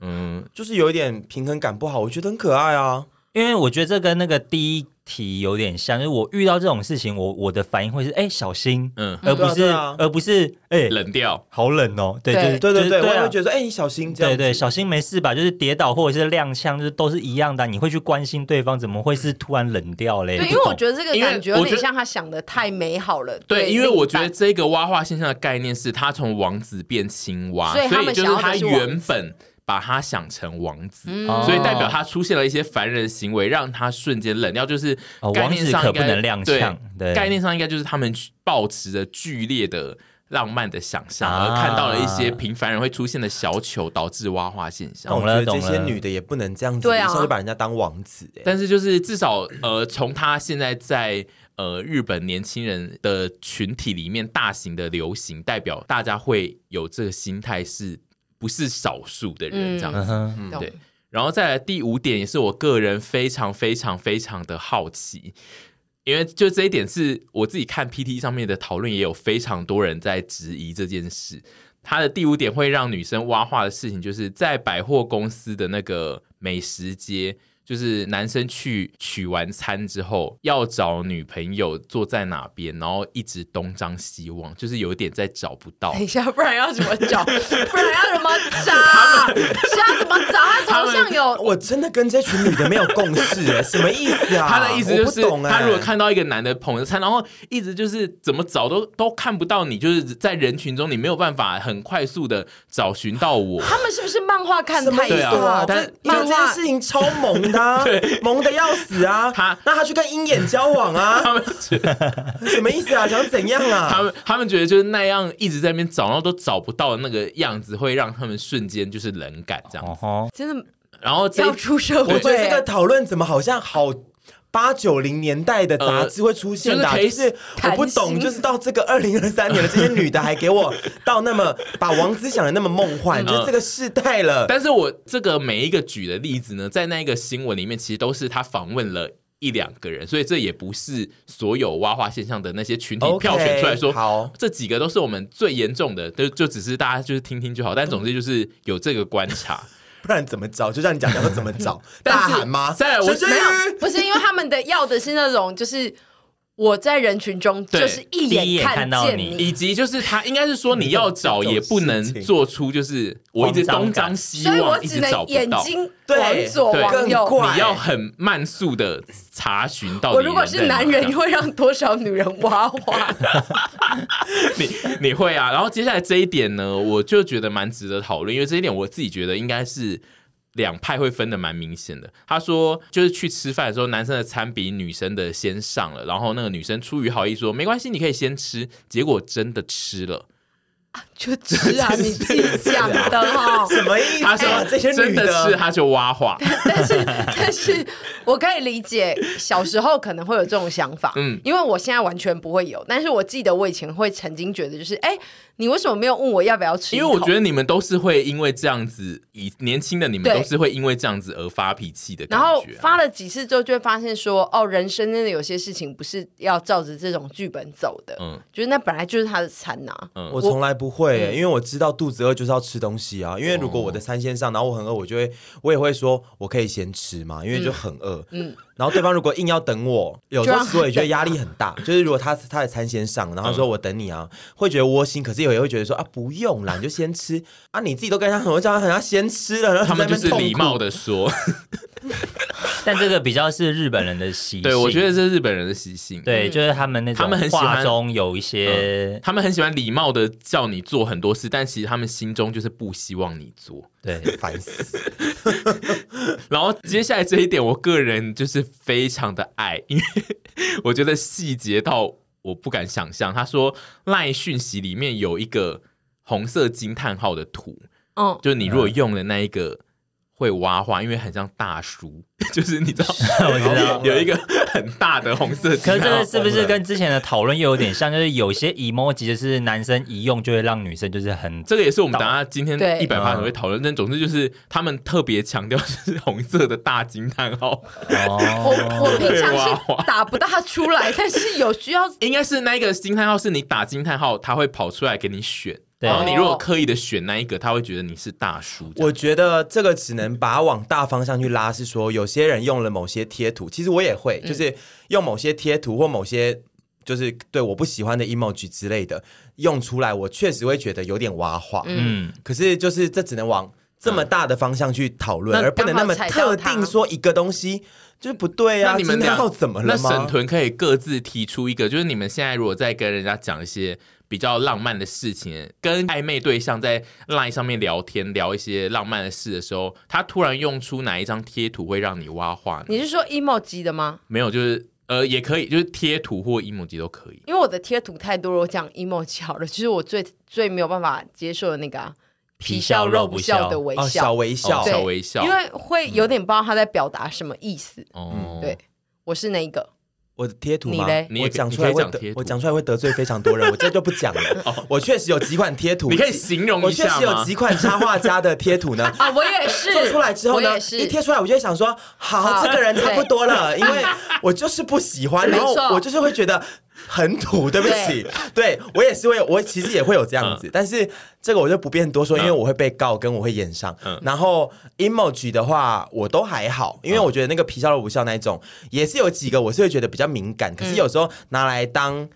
[SPEAKER 1] 嗯，
[SPEAKER 2] 就是有一点平衡感不好，我觉得很可爱啊。
[SPEAKER 4] 因为我觉得这跟那个第一题有点像，就是我遇到这种事情，我我的反应会是哎、小心，
[SPEAKER 1] 嗯
[SPEAKER 4] 而不是、
[SPEAKER 2] 对啊对啊
[SPEAKER 4] 而不是哎、
[SPEAKER 1] 冷掉。
[SPEAKER 4] 好冷哦，对啊
[SPEAKER 3] 对
[SPEAKER 4] 就是
[SPEAKER 2] 对对对，我也会
[SPEAKER 4] 得。
[SPEAKER 2] 觉得说，哎、你小心这样子。
[SPEAKER 4] 对对，小心没事吧？就是跌倒或者是踉跄，就是都是一样的啊。你会去关心对方，怎么会是突然冷掉嘞？
[SPEAKER 3] 对，因为我
[SPEAKER 4] 不懂
[SPEAKER 3] 觉得这个
[SPEAKER 1] 因为
[SPEAKER 3] 感觉有
[SPEAKER 1] 我觉
[SPEAKER 3] 点
[SPEAKER 1] 得
[SPEAKER 3] 像他想的太美好了。
[SPEAKER 1] 对，因为
[SPEAKER 3] 另一
[SPEAKER 1] 我觉得
[SPEAKER 3] 半
[SPEAKER 1] 这个挖化现象的概念是，他从王子变青蛙，
[SPEAKER 3] 所以他们
[SPEAKER 1] 就
[SPEAKER 3] 想要的
[SPEAKER 1] 他
[SPEAKER 3] 是王
[SPEAKER 1] 原本把他想成王子，
[SPEAKER 4] 哦
[SPEAKER 1] 所以代
[SPEAKER 3] 嗯
[SPEAKER 1] 表他出现了一些烦人的行为，让他瞬间冷掉。就是
[SPEAKER 4] 哦
[SPEAKER 1] 概念上
[SPEAKER 4] 王子可
[SPEAKER 1] 应
[SPEAKER 4] 不
[SPEAKER 1] 该
[SPEAKER 4] 能踉跄对
[SPEAKER 1] 概念上应该就是他们抱持着剧烈的浪漫的想象，
[SPEAKER 4] 啊
[SPEAKER 1] 而看到了一些平凡人会出现的小糗，导致蛙化现象
[SPEAKER 2] 那。我
[SPEAKER 4] 懂
[SPEAKER 2] 觉
[SPEAKER 4] 了
[SPEAKER 2] 得这
[SPEAKER 4] 懂
[SPEAKER 2] 些
[SPEAKER 4] 了
[SPEAKER 2] 女的也不能这样子，
[SPEAKER 3] 对啊
[SPEAKER 2] 一下就把人家当王子哎、
[SPEAKER 1] 但是就是至少呃，从他现在在呃日本年轻人的群体里面大型的流行，代表大家会有这个心态，是不是少数的人
[SPEAKER 3] 嗯
[SPEAKER 1] 这样
[SPEAKER 4] 嗯
[SPEAKER 1] 子？
[SPEAKER 4] 哼，
[SPEAKER 3] 懂
[SPEAKER 1] 对，然后再来第五点，也是我个人非常非常非常的好奇，因为就这一点是我自己看 PT 上面的讨论，也有非常多人在质疑这件事。他的第五点会让女生挖话的事情，就是在百货公司的那个美食街，就是男生去取完餐之后，要找女朋友坐在哪边，然后一直东张西望，就是有一点在找不到
[SPEAKER 3] 等。一下，不然要怎么找？不然要怎么找？是要怎么找？他朝向有
[SPEAKER 2] 我真的跟这群女的没有共识哎、什么意思啊？
[SPEAKER 1] 他的意思就
[SPEAKER 2] 我
[SPEAKER 1] 是，
[SPEAKER 2] 不懂哎、
[SPEAKER 1] 他如果看到一个男的捧着餐，然后一直就是怎么找都都看不到你，就是在人群中你没有办法很快速的找寻到我。
[SPEAKER 3] 他们是不是漫画看
[SPEAKER 2] 什么
[SPEAKER 3] 太
[SPEAKER 2] 意思
[SPEAKER 1] 对
[SPEAKER 3] 多？
[SPEAKER 2] 啊？
[SPEAKER 1] 啊
[SPEAKER 2] 这
[SPEAKER 1] 但
[SPEAKER 2] 这件事情超萌的、啊，萌的要死啊！
[SPEAKER 1] 他
[SPEAKER 2] 那他去跟鹰眼交往啊？
[SPEAKER 1] 他 们觉得
[SPEAKER 2] 什么意思啊？想怎样
[SPEAKER 1] 他
[SPEAKER 2] 啊？
[SPEAKER 1] 们他们觉得就是那样一直在那边找，然后都找不到的那个样子，会让他们瞬间就是冷感这样。
[SPEAKER 4] 哦吼，
[SPEAKER 3] 真的
[SPEAKER 1] 然后这
[SPEAKER 3] 要出社
[SPEAKER 2] 我
[SPEAKER 3] 会，
[SPEAKER 2] 觉得这个讨论怎么好像好八九零年代的杂志会出现的啊、
[SPEAKER 1] 呃
[SPEAKER 2] 就
[SPEAKER 1] 就是是
[SPEAKER 2] 我不
[SPEAKER 3] 谈
[SPEAKER 2] 懂，
[SPEAKER 3] 心
[SPEAKER 2] 就是到这个二零二三年了，这些女的还给我到那么把王子想的那么梦幻，就是这个世代了。
[SPEAKER 1] 嗯但是我这个每一个举的例子呢，在那个新闻里面，其实都是他访问了。一两个人，所以这也不是所有挖花现象的那些群体
[SPEAKER 2] OK，
[SPEAKER 1] 票选出来说
[SPEAKER 2] 好
[SPEAKER 1] 这几个都是我们最严重的，就就只是大家就是听听就好。但总之就是有这个观察，
[SPEAKER 2] 不然怎么找？就让你讲讲说怎么找，
[SPEAKER 1] 但
[SPEAKER 2] 大
[SPEAKER 1] 是
[SPEAKER 2] 喊吗？
[SPEAKER 1] 再来我
[SPEAKER 2] 沈之
[SPEAKER 1] 没有
[SPEAKER 2] 于
[SPEAKER 3] 不是因为他们的要的是那种，就是我在人群中
[SPEAKER 1] 对
[SPEAKER 3] 就是一
[SPEAKER 4] 第一眼
[SPEAKER 3] 看
[SPEAKER 4] 看到
[SPEAKER 3] 见
[SPEAKER 4] 你
[SPEAKER 1] 以及就是他应该是说你要找也不能做出就是我一直东张西
[SPEAKER 3] 所以我
[SPEAKER 1] 望，一
[SPEAKER 3] 只
[SPEAKER 1] 直
[SPEAKER 3] 能
[SPEAKER 1] 找不
[SPEAKER 3] 眼
[SPEAKER 1] 到。
[SPEAKER 3] 睛
[SPEAKER 2] 对
[SPEAKER 3] 往左
[SPEAKER 1] 对
[SPEAKER 3] 往
[SPEAKER 2] 更怪
[SPEAKER 3] 右。
[SPEAKER 1] 你要很慢速的查询到底
[SPEAKER 3] 我如果是
[SPEAKER 1] 在哪
[SPEAKER 3] 男人，会让多少女人挖花？
[SPEAKER 1] 你你会啊。然后接下来这一点呢，我就觉得蛮值得讨论，因为这一点我自己觉得应该是。两派会分的蛮明显的。他说，就是去吃饭的时候，男生的餐比女生的先上了，然后那个女生出于好意说没关系，你可以先吃，结果真的吃了。
[SPEAKER 3] 就吃啊，你自己讲的哈。
[SPEAKER 2] 什么意思
[SPEAKER 1] 他说、
[SPEAKER 2] 啊？这些
[SPEAKER 1] 真
[SPEAKER 2] 女
[SPEAKER 1] 的是，他就挖话。
[SPEAKER 3] 但是，但是我可以理解小时候可能会有这种想法，嗯
[SPEAKER 1] 嗯，
[SPEAKER 3] 因为我现在完全不会有。但是我记得我以前会曾经觉得，就是哎、你为什么没有问我要不要吃一
[SPEAKER 1] 因
[SPEAKER 3] 口？
[SPEAKER 1] 为我觉得你们都是会因为这样子，以年轻的你们
[SPEAKER 3] 对
[SPEAKER 1] 都是会因为这样子而发脾气的感
[SPEAKER 3] 然
[SPEAKER 1] 觉啊、
[SPEAKER 3] 后发了几次之后，就会发现说，哦，人生真的有些事情不是要照着这种剧本走的，
[SPEAKER 1] 嗯
[SPEAKER 3] 就是那本来就是他的餐呐、
[SPEAKER 2] 我从来不会、因为我知道肚子饿就是要吃东西啊。因为如果我的
[SPEAKER 1] 哦
[SPEAKER 2] 餐先上，然后我很饿，我就会我也会说我可以先吃嘛，因为就很饿。嗯，然后对方如果硬要等我，有时候
[SPEAKER 3] 就让
[SPEAKER 2] 其实我也觉得
[SPEAKER 3] 他等
[SPEAKER 2] 压力很大。就是如果他他的餐先上，然后他
[SPEAKER 1] 嗯
[SPEAKER 2] 说我等你啊，会觉得窝心，可是也会觉得说啊不用啦，你就先吃啊，你自己都跟他很多叫他先吃了，然后
[SPEAKER 1] 他们
[SPEAKER 2] 在
[SPEAKER 1] 就
[SPEAKER 2] 那
[SPEAKER 1] 是
[SPEAKER 2] 边
[SPEAKER 1] 礼
[SPEAKER 2] 痛苦
[SPEAKER 1] 貌的 说，
[SPEAKER 4] 但这个比较是日本人的习性。
[SPEAKER 1] 对我觉得这是日本人的习性，，
[SPEAKER 4] 对，就是嗯他们那种
[SPEAKER 1] 他们很喜欢
[SPEAKER 4] 话中有一些、
[SPEAKER 1] 他们很喜欢礼貌的叫你做很多事，但其实他们心中就是不希望你做。
[SPEAKER 4] 对。
[SPEAKER 2] 烦死。
[SPEAKER 1] 然后接下来这一点，我个人就是非常的爱，因为我觉得细节到我不敢想象。他说赖讯息里面有一个红色惊叹号的图，
[SPEAKER 3] 嗯，
[SPEAKER 1] 就是你如果用了那一个会挖花，因为很像大叔， 就是你知道，
[SPEAKER 4] 我知道
[SPEAKER 1] 有一个很大的红色
[SPEAKER 4] 可
[SPEAKER 1] 惊
[SPEAKER 4] 是这
[SPEAKER 1] 叹
[SPEAKER 4] 个
[SPEAKER 1] 号。
[SPEAKER 4] 是不是跟之前的讨论又有点像？就是有些 emoji 就是男生一用就会让女生就是很
[SPEAKER 1] 这个也是我们等下今天
[SPEAKER 3] 对
[SPEAKER 1] 一百八十会讨论，但总之就是他们特别强调 就是红色的大惊叹号，
[SPEAKER 3] 我
[SPEAKER 4] 哦，
[SPEAKER 3] 我平常
[SPEAKER 1] 对哇
[SPEAKER 3] 是打不大出来，但是有需要
[SPEAKER 1] 应该是那一个惊叹号是你打惊叹号，它会跑出来给你选，
[SPEAKER 4] 对
[SPEAKER 1] 然后你如果刻意的选那一个，他会觉得你是大叔。
[SPEAKER 2] 我觉得这个只能把它往大方向去拉，是说有些人用了某些贴图，其实我也会，就是用某些贴图或某些就是对我不喜欢的 emoji 之类的用出来，我确实会觉得有点挖话。嗯，可是就是这只能往这么大的方向去讨论，
[SPEAKER 1] 那
[SPEAKER 2] 而不能那么特定说一个东西就是不对啊。
[SPEAKER 1] 那你们
[SPEAKER 2] 今天
[SPEAKER 1] 俩
[SPEAKER 2] 要怎么了
[SPEAKER 1] 那沈
[SPEAKER 2] 吗？
[SPEAKER 1] 屯可以各自提出一个，就是你们现在如果在跟人家讲一些比较浪漫的事情，跟暧昧对象在 LINE 上面聊天聊一些浪漫的事的时候，他突然用出哪一张贴图会让你挖话呢？
[SPEAKER 3] 你是说 emoji 的吗？
[SPEAKER 1] 没有，就是呃，也可以，就是贴图或 emoji 都可以。
[SPEAKER 3] 因为我的贴图太多了，我讲 emoji 好了， 就是我最最没有办法接受的那个、啊、
[SPEAKER 4] 皮
[SPEAKER 3] 皮
[SPEAKER 4] 笑
[SPEAKER 3] 笑
[SPEAKER 4] 肉
[SPEAKER 3] 肉
[SPEAKER 4] 不
[SPEAKER 3] 不
[SPEAKER 4] 笑
[SPEAKER 3] 笑的微
[SPEAKER 2] 哦，小
[SPEAKER 3] 笑，
[SPEAKER 2] 微笑
[SPEAKER 1] 哦，
[SPEAKER 3] 对
[SPEAKER 1] 小微笑
[SPEAKER 3] 因为会有点不知道他在表达什么意思。
[SPEAKER 1] 哦，
[SPEAKER 3] 对，我是那 一个，
[SPEAKER 2] 我的贴图吗
[SPEAKER 3] 你嘞？
[SPEAKER 1] 你
[SPEAKER 2] 我
[SPEAKER 1] 也
[SPEAKER 2] 讲
[SPEAKER 1] 你
[SPEAKER 2] 出
[SPEAKER 1] 可
[SPEAKER 2] 来
[SPEAKER 1] 以
[SPEAKER 2] 会
[SPEAKER 1] 讲
[SPEAKER 2] 得
[SPEAKER 1] 贴图哦
[SPEAKER 2] 我讲出来会得罪非常多人，我这就不讲 了。我确实有几款贴图，
[SPEAKER 1] 你可以形容
[SPEAKER 2] 我
[SPEAKER 1] 一
[SPEAKER 2] 确
[SPEAKER 1] 下
[SPEAKER 2] 实有
[SPEAKER 1] 吗
[SPEAKER 2] 几？款插画家的贴 图呢。
[SPEAKER 3] 啊，我也是
[SPEAKER 2] 做出来之后
[SPEAKER 3] 我
[SPEAKER 2] 呢
[SPEAKER 3] 也，是
[SPEAKER 2] 一贴出来我就会想说，好，
[SPEAKER 3] 好
[SPEAKER 2] 这个人差不多了，因为我就是不喜欢，然后
[SPEAKER 3] 没错
[SPEAKER 2] 我就是会觉得很土，对不起，对我也是会，我其实也会有这样
[SPEAKER 3] 嗯
[SPEAKER 2] 子，但是这个我就不便多说，因为我会被告，跟我会演上。
[SPEAKER 3] 嗯
[SPEAKER 2] 然后 emoji 的话，我都还好，因为
[SPEAKER 3] 嗯
[SPEAKER 2] 我觉得那个皮笑肉不笑那一种，也是有几个我是会觉得比较敏感，
[SPEAKER 3] 嗯
[SPEAKER 2] 可是有时候拿来当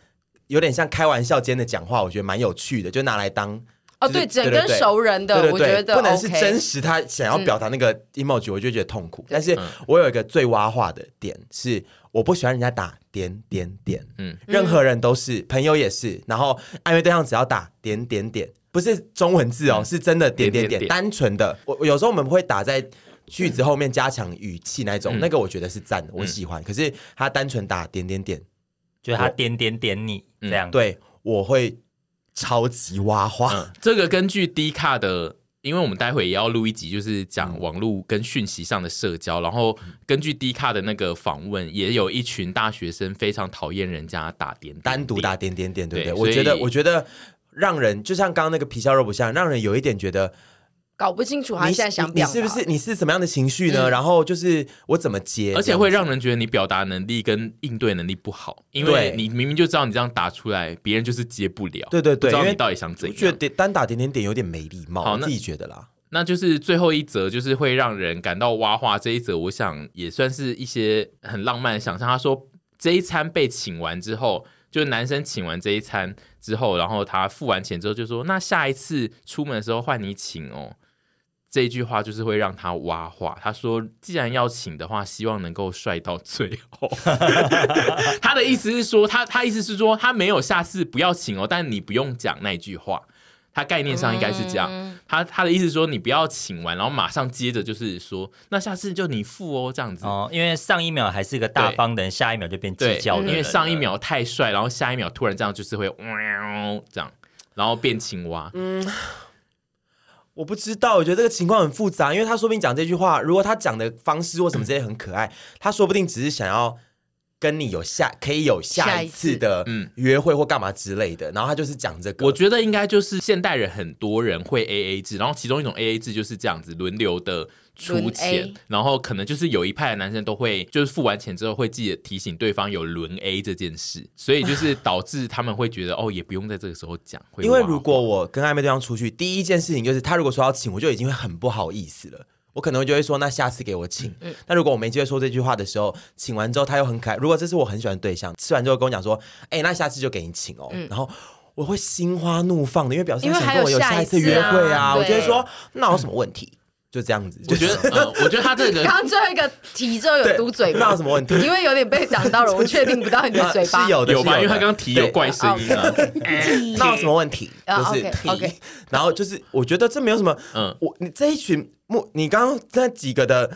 [SPEAKER 2] 有点像开玩笑间的讲话，我觉得蛮有趣的，就拿来当。
[SPEAKER 3] 哦，
[SPEAKER 2] 就是
[SPEAKER 3] 对，整
[SPEAKER 2] 对
[SPEAKER 3] 跟
[SPEAKER 2] 对对
[SPEAKER 3] 熟人的，
[SPEAKER 2] 对
[SPEAKER 3] 我
[SPEAKER 2] 对对，
[SPEAKER 3] 觉得
[SPEAKER 2] 不能是真
[SPEAKER 3] OK。嗯
[SPEAKER 2] 实他想要表达那个 emoji，、我就觉得痛苦。但是我有一个最挖话的点是，我不喜欢人家打点点点，嗯
[SPEAKER 1] 嗯，
[SPEAKER 2] 任何人都是，朋友也是，然后暧昧对象只要打点点点，不是中文字
[SPEAKER 3] 嗯
[SPEAKER 2] 哦，是真的点点
[SPEAKER 1] 点
[SPEAKER 2] 点，
[SPEAKER 1] 点点
[SPEAKER 2] 单纯的。我我有时候我们会打在。句子后面加强语气那一
[SPEAKER 3] 嗯
[SPEAKER 2] 种，那个我觉得是赞的，我喜欢。可是他单纯打点点点，
[SPEAKER 4] 就是他点点点你这样。
[SPEAKER 2] 对我会超级挖话。
[SPEAKER 3] 嗯
[SPEAKER 1] 嗯这个根据 D 卡的因为我们待会也要录一集，就是讲网络跟讯息上的社交。然后根据 D 卡的那个访问，也有一群大学生非常讨厌人家打点点
[SPEAKER 2] 单独打点点点，对不对？
[SPEAKER 1] 对
[SPEAKER 2] 我觉得，
[SPEAKER 1] 所以
[SPEAKER 2] 我觉得让人就像刚刚那个皮笑肉不笑，让人有一点觉得
[SPEAKER 3] 搞不清楚他
[SPEAKER 2] 你
[SPEAKER 3] 现在想
[SPEAKER 2] 你
[SPEAKER 3] 表达
[SPEAKER 2] 是不是你是什么样的情绪呢？然后就是我怎么接，
[SPEAKER 1] 嗯而且会
[SPEAKER 2] 这样
[SPEAKER 1] 让人觉得你表达能力跟应对能力不好，因为
[SPEAKER 2] 对
[SPEAKER 1] 你明明就知道你这样打出来，别人就是接不了。
[SPEAKER 2] 对对
[SPEAKER 1] 不
[SPEAKER 2] 对，
[SPEAKER 1] 知道
[SPEAKER 2] 因
[SPEAKER 1] 你
[SPEAKER 2] 为
[SPEAKER 1] 到底想怎
[SPEAKER 2] 我觉
[SPEAKER 1] 样。
[SPEAKER 2] 得单打点点点有点没礼貌，
[SPEAKER 1] 好
[SPEAKER 2] 我
[SPEAKER 1] 那
[SPEAKER 2] 自己觉得啦。
[SPEAKER 1] 那就是最后一则，就是会让人感到挖话这一则，我想也算是一些很浪漫的想象。他说这一餐被请完之后，就是男生请完这一餐之后，然后他付完钱之后就说：“那下一次出门的时候换你请哦。”这一句话就是会让他挖话。他说：“既然要请的话，希望能够帅到最后。” 他的意思是说，他他意思是说，他没有下次不要请哦，但你不用讲那句话。他概念上应该是这样，
[SPEAKER 3] 嗯
[SPEAKER 1] 他他的意思是说，你不要请完，然后马上接着就是说，那下次就你付哦，这样子。
[SPEAKER 4] 哦，因为上一秒还是个大方的人，下一秒就变计
[SPEAKER 1] 对，
[SPEAKER 3] 嗯
[SPEAKER 4] 较的人
[SPEAKER 1] 因为
[SPEAKER 4] 了
[SPEAKER 1] 上一秒太帅，然后下一秒突然这样就是会喵这样，然后变青蛙。
[SPEAKER 2] 我不知道，我觉得这个情况很复杂，因为他说不定讲这句话，如果他讲的方式或什么之类很可爱，他说不定只是想要跟你有下可以有下
[SPEAKER 3] 下
[SPEAKER 2] 一
[SPEAKER 3] 一
[SPEAKER 2] 次
[SPEAKER 3] 次
[SPEAKER 2] 的
[SPEAKER 1] 嗯
[SPEAKER 2] 约会或干嘛之类的，然后他就是讲这个。
[SPEAKER 1] 我觉得应该就是现代人很多人会 A A 制，然后其中一种 A A 制就是这样子轮流的出
[SPEAKER 3] 轮 A
[SPEAKER 1] 钱，然后可能就是有一派的男生都会就是付完钱之后会记得提醒对方有轮 A 这件事，所以就是导致他们会觉得哦，也不用在这个时候讲，会哦
[SPEAKER 2] 因为
[SPEAKER 1] 挖
[SPEAKER 2] 如果我跟暧昧对象出去，第一件事情就是他如果说要请，我就已经会很不好意思了。我可能就会说，那下次给我请。
[SPEAKER 3] 嗯
[SPEAKER 2] 那如果我没机会说这句话的时候，请完之后他又很可爱。如果这是我很喜欢的对象，吃完之后跟我讲说，哎、那下次就给你请哦。然后我会心花怒放的，因为表示
[SPEAKER 3] 嗯因为
[SPEAKER 2] 他想跟
[SPEAKER 3] 还有
[SPEAKER 2] 我有
[SPEAKER 3] 下
[SPEAKER 2] 下
[SPEAKER 3] 一
[SPEAKER 2] 一次
[SPEAKER 3] 次
[SPEAKER 2] 约
[SPEAKER 3] 啊
[SPEAKER 2] 会啊。我就会
[SPEAKER 3] 对
[SPEAKER 2] 说，那有什么问题？就这样子。
[SPEAKER 1] 我觉得，呃，我觉得他这个
[SPEAKER 3] 刚刚最后一个提之后有嘟嘴
[SPEAKER 2] 那
[SPEAKER 3] 吗
[SPEAKER 2] 有？什么问题？
[SPEAKER 3] 因为有点被挡 到了，我确定不到你的嘴
[SPEAKER 2] 啊
[SPEAKER 3] 巴
[SPEAKER 2] 是。有的，
[SPEAKER 1] 有
[SPEAKER 2] 是
[SPEAKER 1] 吧？
[SPEAKER 2] 的
[SPEAKER 1] 因为他刚刚提有
[SPEAKER 2] 对
[SPEAKER 1] 怪声音啊，
[SPEAKER 2] 那有什么问题？就
[SPEAKER 3] 啊
[SPEAKER 2] 是
[SPEAKER 3] OK，OK
[SPEAKER 2] 提然后就是我觉得这没有什么，嗯
[SPEAKER 1] 嗯，
[SPEAKER 2] 我你这一群目，你刚刚那几个的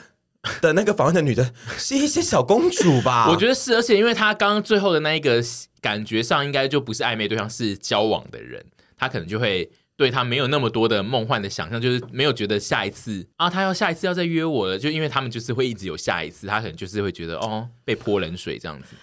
[SPEAKER 2] 的那个访问的女的，是一些小公主吧？
[SPEAKER 1] 我觉得是，而且因为他刚刚最后的那一个感觉上，应该就不是暧昧对象，是交往的人，他可能就会对他没有那么多的梦幻的想象，就是没有觉得下一次啊，他要下一次要再约我了，就因为他们就是会一直有下一次，他可能就是会觉得哦，被泼冷水这样子。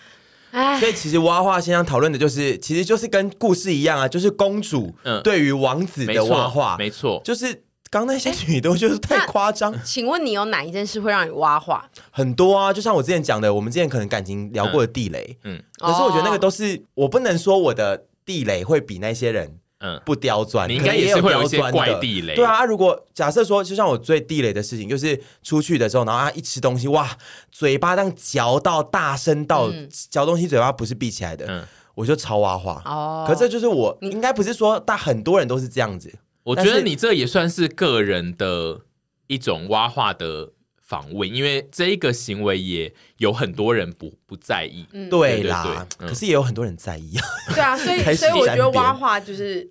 [SPEAKER 3] 哎
[SPEAKER 2] 所，以其实挖话现象讨论的就是，其实就是跟故事一样啊，就是公主
[SPEAKER 1] 嗯
[SPEAKER 2] 对于王子
[SPEAKER 1] 没
[SPEAKER 2] 的挖话
[SPEAKER 1] 错，，没错，
[SPEAKER 2] 就是刚那
[SPEAKER 3] 哎
[SPEAKER 2] 些女的，我觉得太夸张，
[SPEAKER 3] 请问你有哪一件事会让你挖话？
[SPEAKER 2] 很多啊。就像我之前讲的，我们之前可能感情聊过的地雷，
[SPEAKER 1] 嗯
[SPEAKER 2] 可是我觉得那个
[SPEAKER 3] 哦
[SPEAKER 2] 都是我不能说我的地雷会比那些人
[SPEAKER 1] 嗯，
[SPEAKER 2] 不刁钻，
[SPEAKER 1] 你应
[SPEAKER 2] 可能
[SPEAKER 1] 该也是
[SPEAKER 2] 有
[SPEAKER 1] 会有
[SPEAKER 2] 刁
[SPEAKER 1] 一些
[SPEAKER 2] 钻的
[SPEAKER 1] 怪地雷
[SPEAKER 2] 对啊，如果假设说，就像我最地雷的事情，就是出去的时候，然后啊他一吃东西，哇，嘴巴这样嚼到大声到、
[SPEAKER 3] 嗯
[SPEAKER 2] 嚼东西，嘴巴不是闭起来的，
[SPEAKER 1] 嗯
[SPEAKER 2] 我就超挖话。
[SPEAKER 3] 哦
[SPEAKER 2] 可这就是我
[SPEAKER 3] 你嗯
[SPEAKER 2] 应该不是说，但很多人都是这样子。
[SPEAKER 1] 我觉得你这也算是个人的一种挖话的访问，因为这一个行为也有很多人不不在意。
[SPEAKER 3] 嗯
[SPEAKER 2] 对啦，
[SPEAKER 1] 对对嗯
[SPEAKER 2] 可是也有很多人在意。
[SPEAKER 3] 对啊，所以
[SPEAKER 2] 开始
[SPEAKER 3] 所以我觉得
[SPEAKER 2] 沾边
[SPEAKER 3] 挖话就是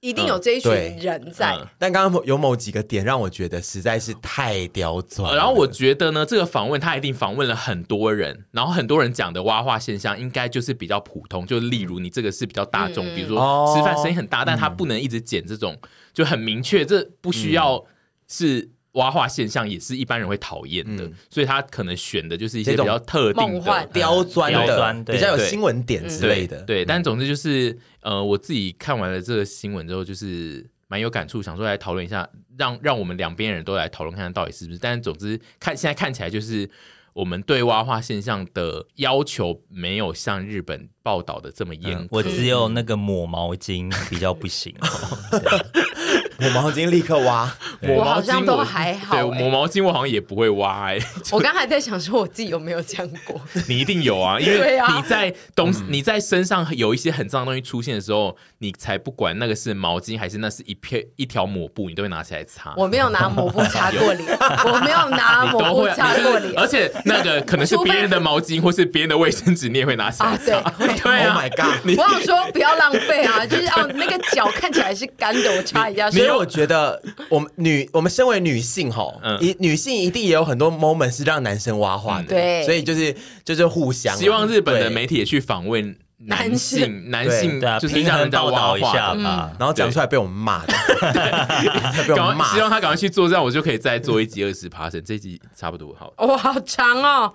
[SPEAKER 3] 一定有这一群人在。
[SPEAKER 1] 嗯
[SPEAKER 2] 但刚刚有某几个点让我觉得实在是太刁钻了、
[SPEAKER 1] 呃然后我觉得呢，这个访问他一定访问了很多人，然后很多人讲的挖话现象，应该就是比较普通，就例如你这个是比较大
[SPEAKER 3] 嗯
[SPEAKER 1] 众，比如
[SPEAKER 2] 哦嗯
[SPEAKER 1] 说吃饭声音很大，但他不能一直剪这种，就很明确，这不需要是挖话现象，也是一般人会讨厌的，
[SPEAKER 2] 嗯
[SPEAKER 1] 所以他可能选的就是一些
[SPEAKER 2] 这种
[SPEAKER 1] 比较特定
[SPEAKER 3] 梦
[SPEAKER 1] 的
[SPEAKER 3] 幻。
[SPEAKER 2] 刁钻的，
[SPEAKER 4] 刁钻对
[SPEAKER 2] 比较有
[SPEAKER 1] 嗯对
[SPEAKER 2] 新闻点之
[SPEAKER 1] 对
[SPEAKER 2] 类的。嗯
[SPEAKER 1] 对，但总之就是，呃，我自己看完了这个新闻之后，就是蛮有感触，想说来讨论一下，让让我们两边人都来讨论看看到底是不是。但总之看现在看起来就是。我们对蛙化现象的要求没有像日本报道的这么严
[SPEAKER 4] 嗯
[SPEAKER 1] 格。
[SPEAKER 4] 我只有那个抹毛巾比较 不行，
[SPEAKER 2] 我毛巾立刻挖。
[SPEAKER 1] 抹毛
[SPEAKER 3] 我好
[SPEAKER 1] 巾
[SPEAKER 3] 像都还好
[SPEAKER 1] 对，
[SPEAKER 3] 欸
[SPEAKER 1] 抹毛巾我好像也不会挖、 欸，
[SPEAKER 3] 我刚才在想说我自己有没有这样过，
[SPEAKER 1] 你一定有啊，因
[SPEAKER 3] 对
[SPEAKER 1] 为
[SPEAKER 3] 啊
[SPEAKER 1] 你在东、
[SPEAKER 2] 嗯
[SPEAKER 1] 你在身上有一些很脏的东西出现的时候，你才不管那个是毛巾还是那是一片一条抹布，你都会拿起来擦。
[SPEAKER 3] 我没有拿抹布擦过脸，我没有拿
[SPEAKER 1] 你
[SPEAKER 3] 抹
[SPEAKER 1] 都
[SPEAKER 3] 布
[SPEAKER 1] 会，啊
[SPEAKER 3] 擦
[SPEAKER 1] 你
[SPEAKER 3] 过
[SPEAKER 1] 就是而
[SPEAKER 3] 脸
[SPEAKER 1] 且那 个可能是
[SPEAKER 3] 除非
[SPEAKER 1] 别人的毛巾或是别人的卫生纸，你也会拿起来
[SPEAKER 3] 啊，对
[SPEAKER 1] 擦。。 对啊
[SPEAKER 2] Oh my god！
[SPEAKER 3] 我想说不要浪费啊，就是哦，那个脚看起来是干的，我擦一下。
[SPEAKER 2] 所
[SPEAKER 3] 所
[SPEAKER 2] 以
[SPEAKER 3] 以
[SPEAKER 2] 我觉得，我们女，我们身为女性吼，
[SPEAKER 1] 嗯
[SPEAKER 2] 一女性一定也有很多 moment 是让男生挖话的，
[SPEAKER 1] 嗯
[SPEAKER 3] 对
[SPEAKER 2] 所以就是就是互相啊，
[SPEAKER 1] 希望日本的
[SPEAKER 2] 对
[SPEAKER 1] 媒体也去访问男性男性
[SPEAKER 4] 对啊，
[SPEAKER 1] 就是
[SPEAKER 4] 平
[SPEAKER 1] 让
[SPEAKER 4] 衡
[SPEAKER 1] 人家
[SPEAKER 4] 报
[SPEAKER 1] 挖
[SPEAKER 4] 道
[SPEAKER 1] 话
[SPEAKER 4] 一下
[SPEAKER 1] 的
[SPEAKER 4] 吧。
[SPEAKER 2] 然后讲出来被我们骂 的， 被我
[SPEAKER 1] 赶
[SPEAKER 2] 们
[SPEAKER 1] 快
[SPEAKER 2] 骂
[SPEAKER 1] 希。望他赶快去做，这样我就可以再做一集二十 p a 这一集差不多好了。
[SPEAKER 3] 哇，好长哦。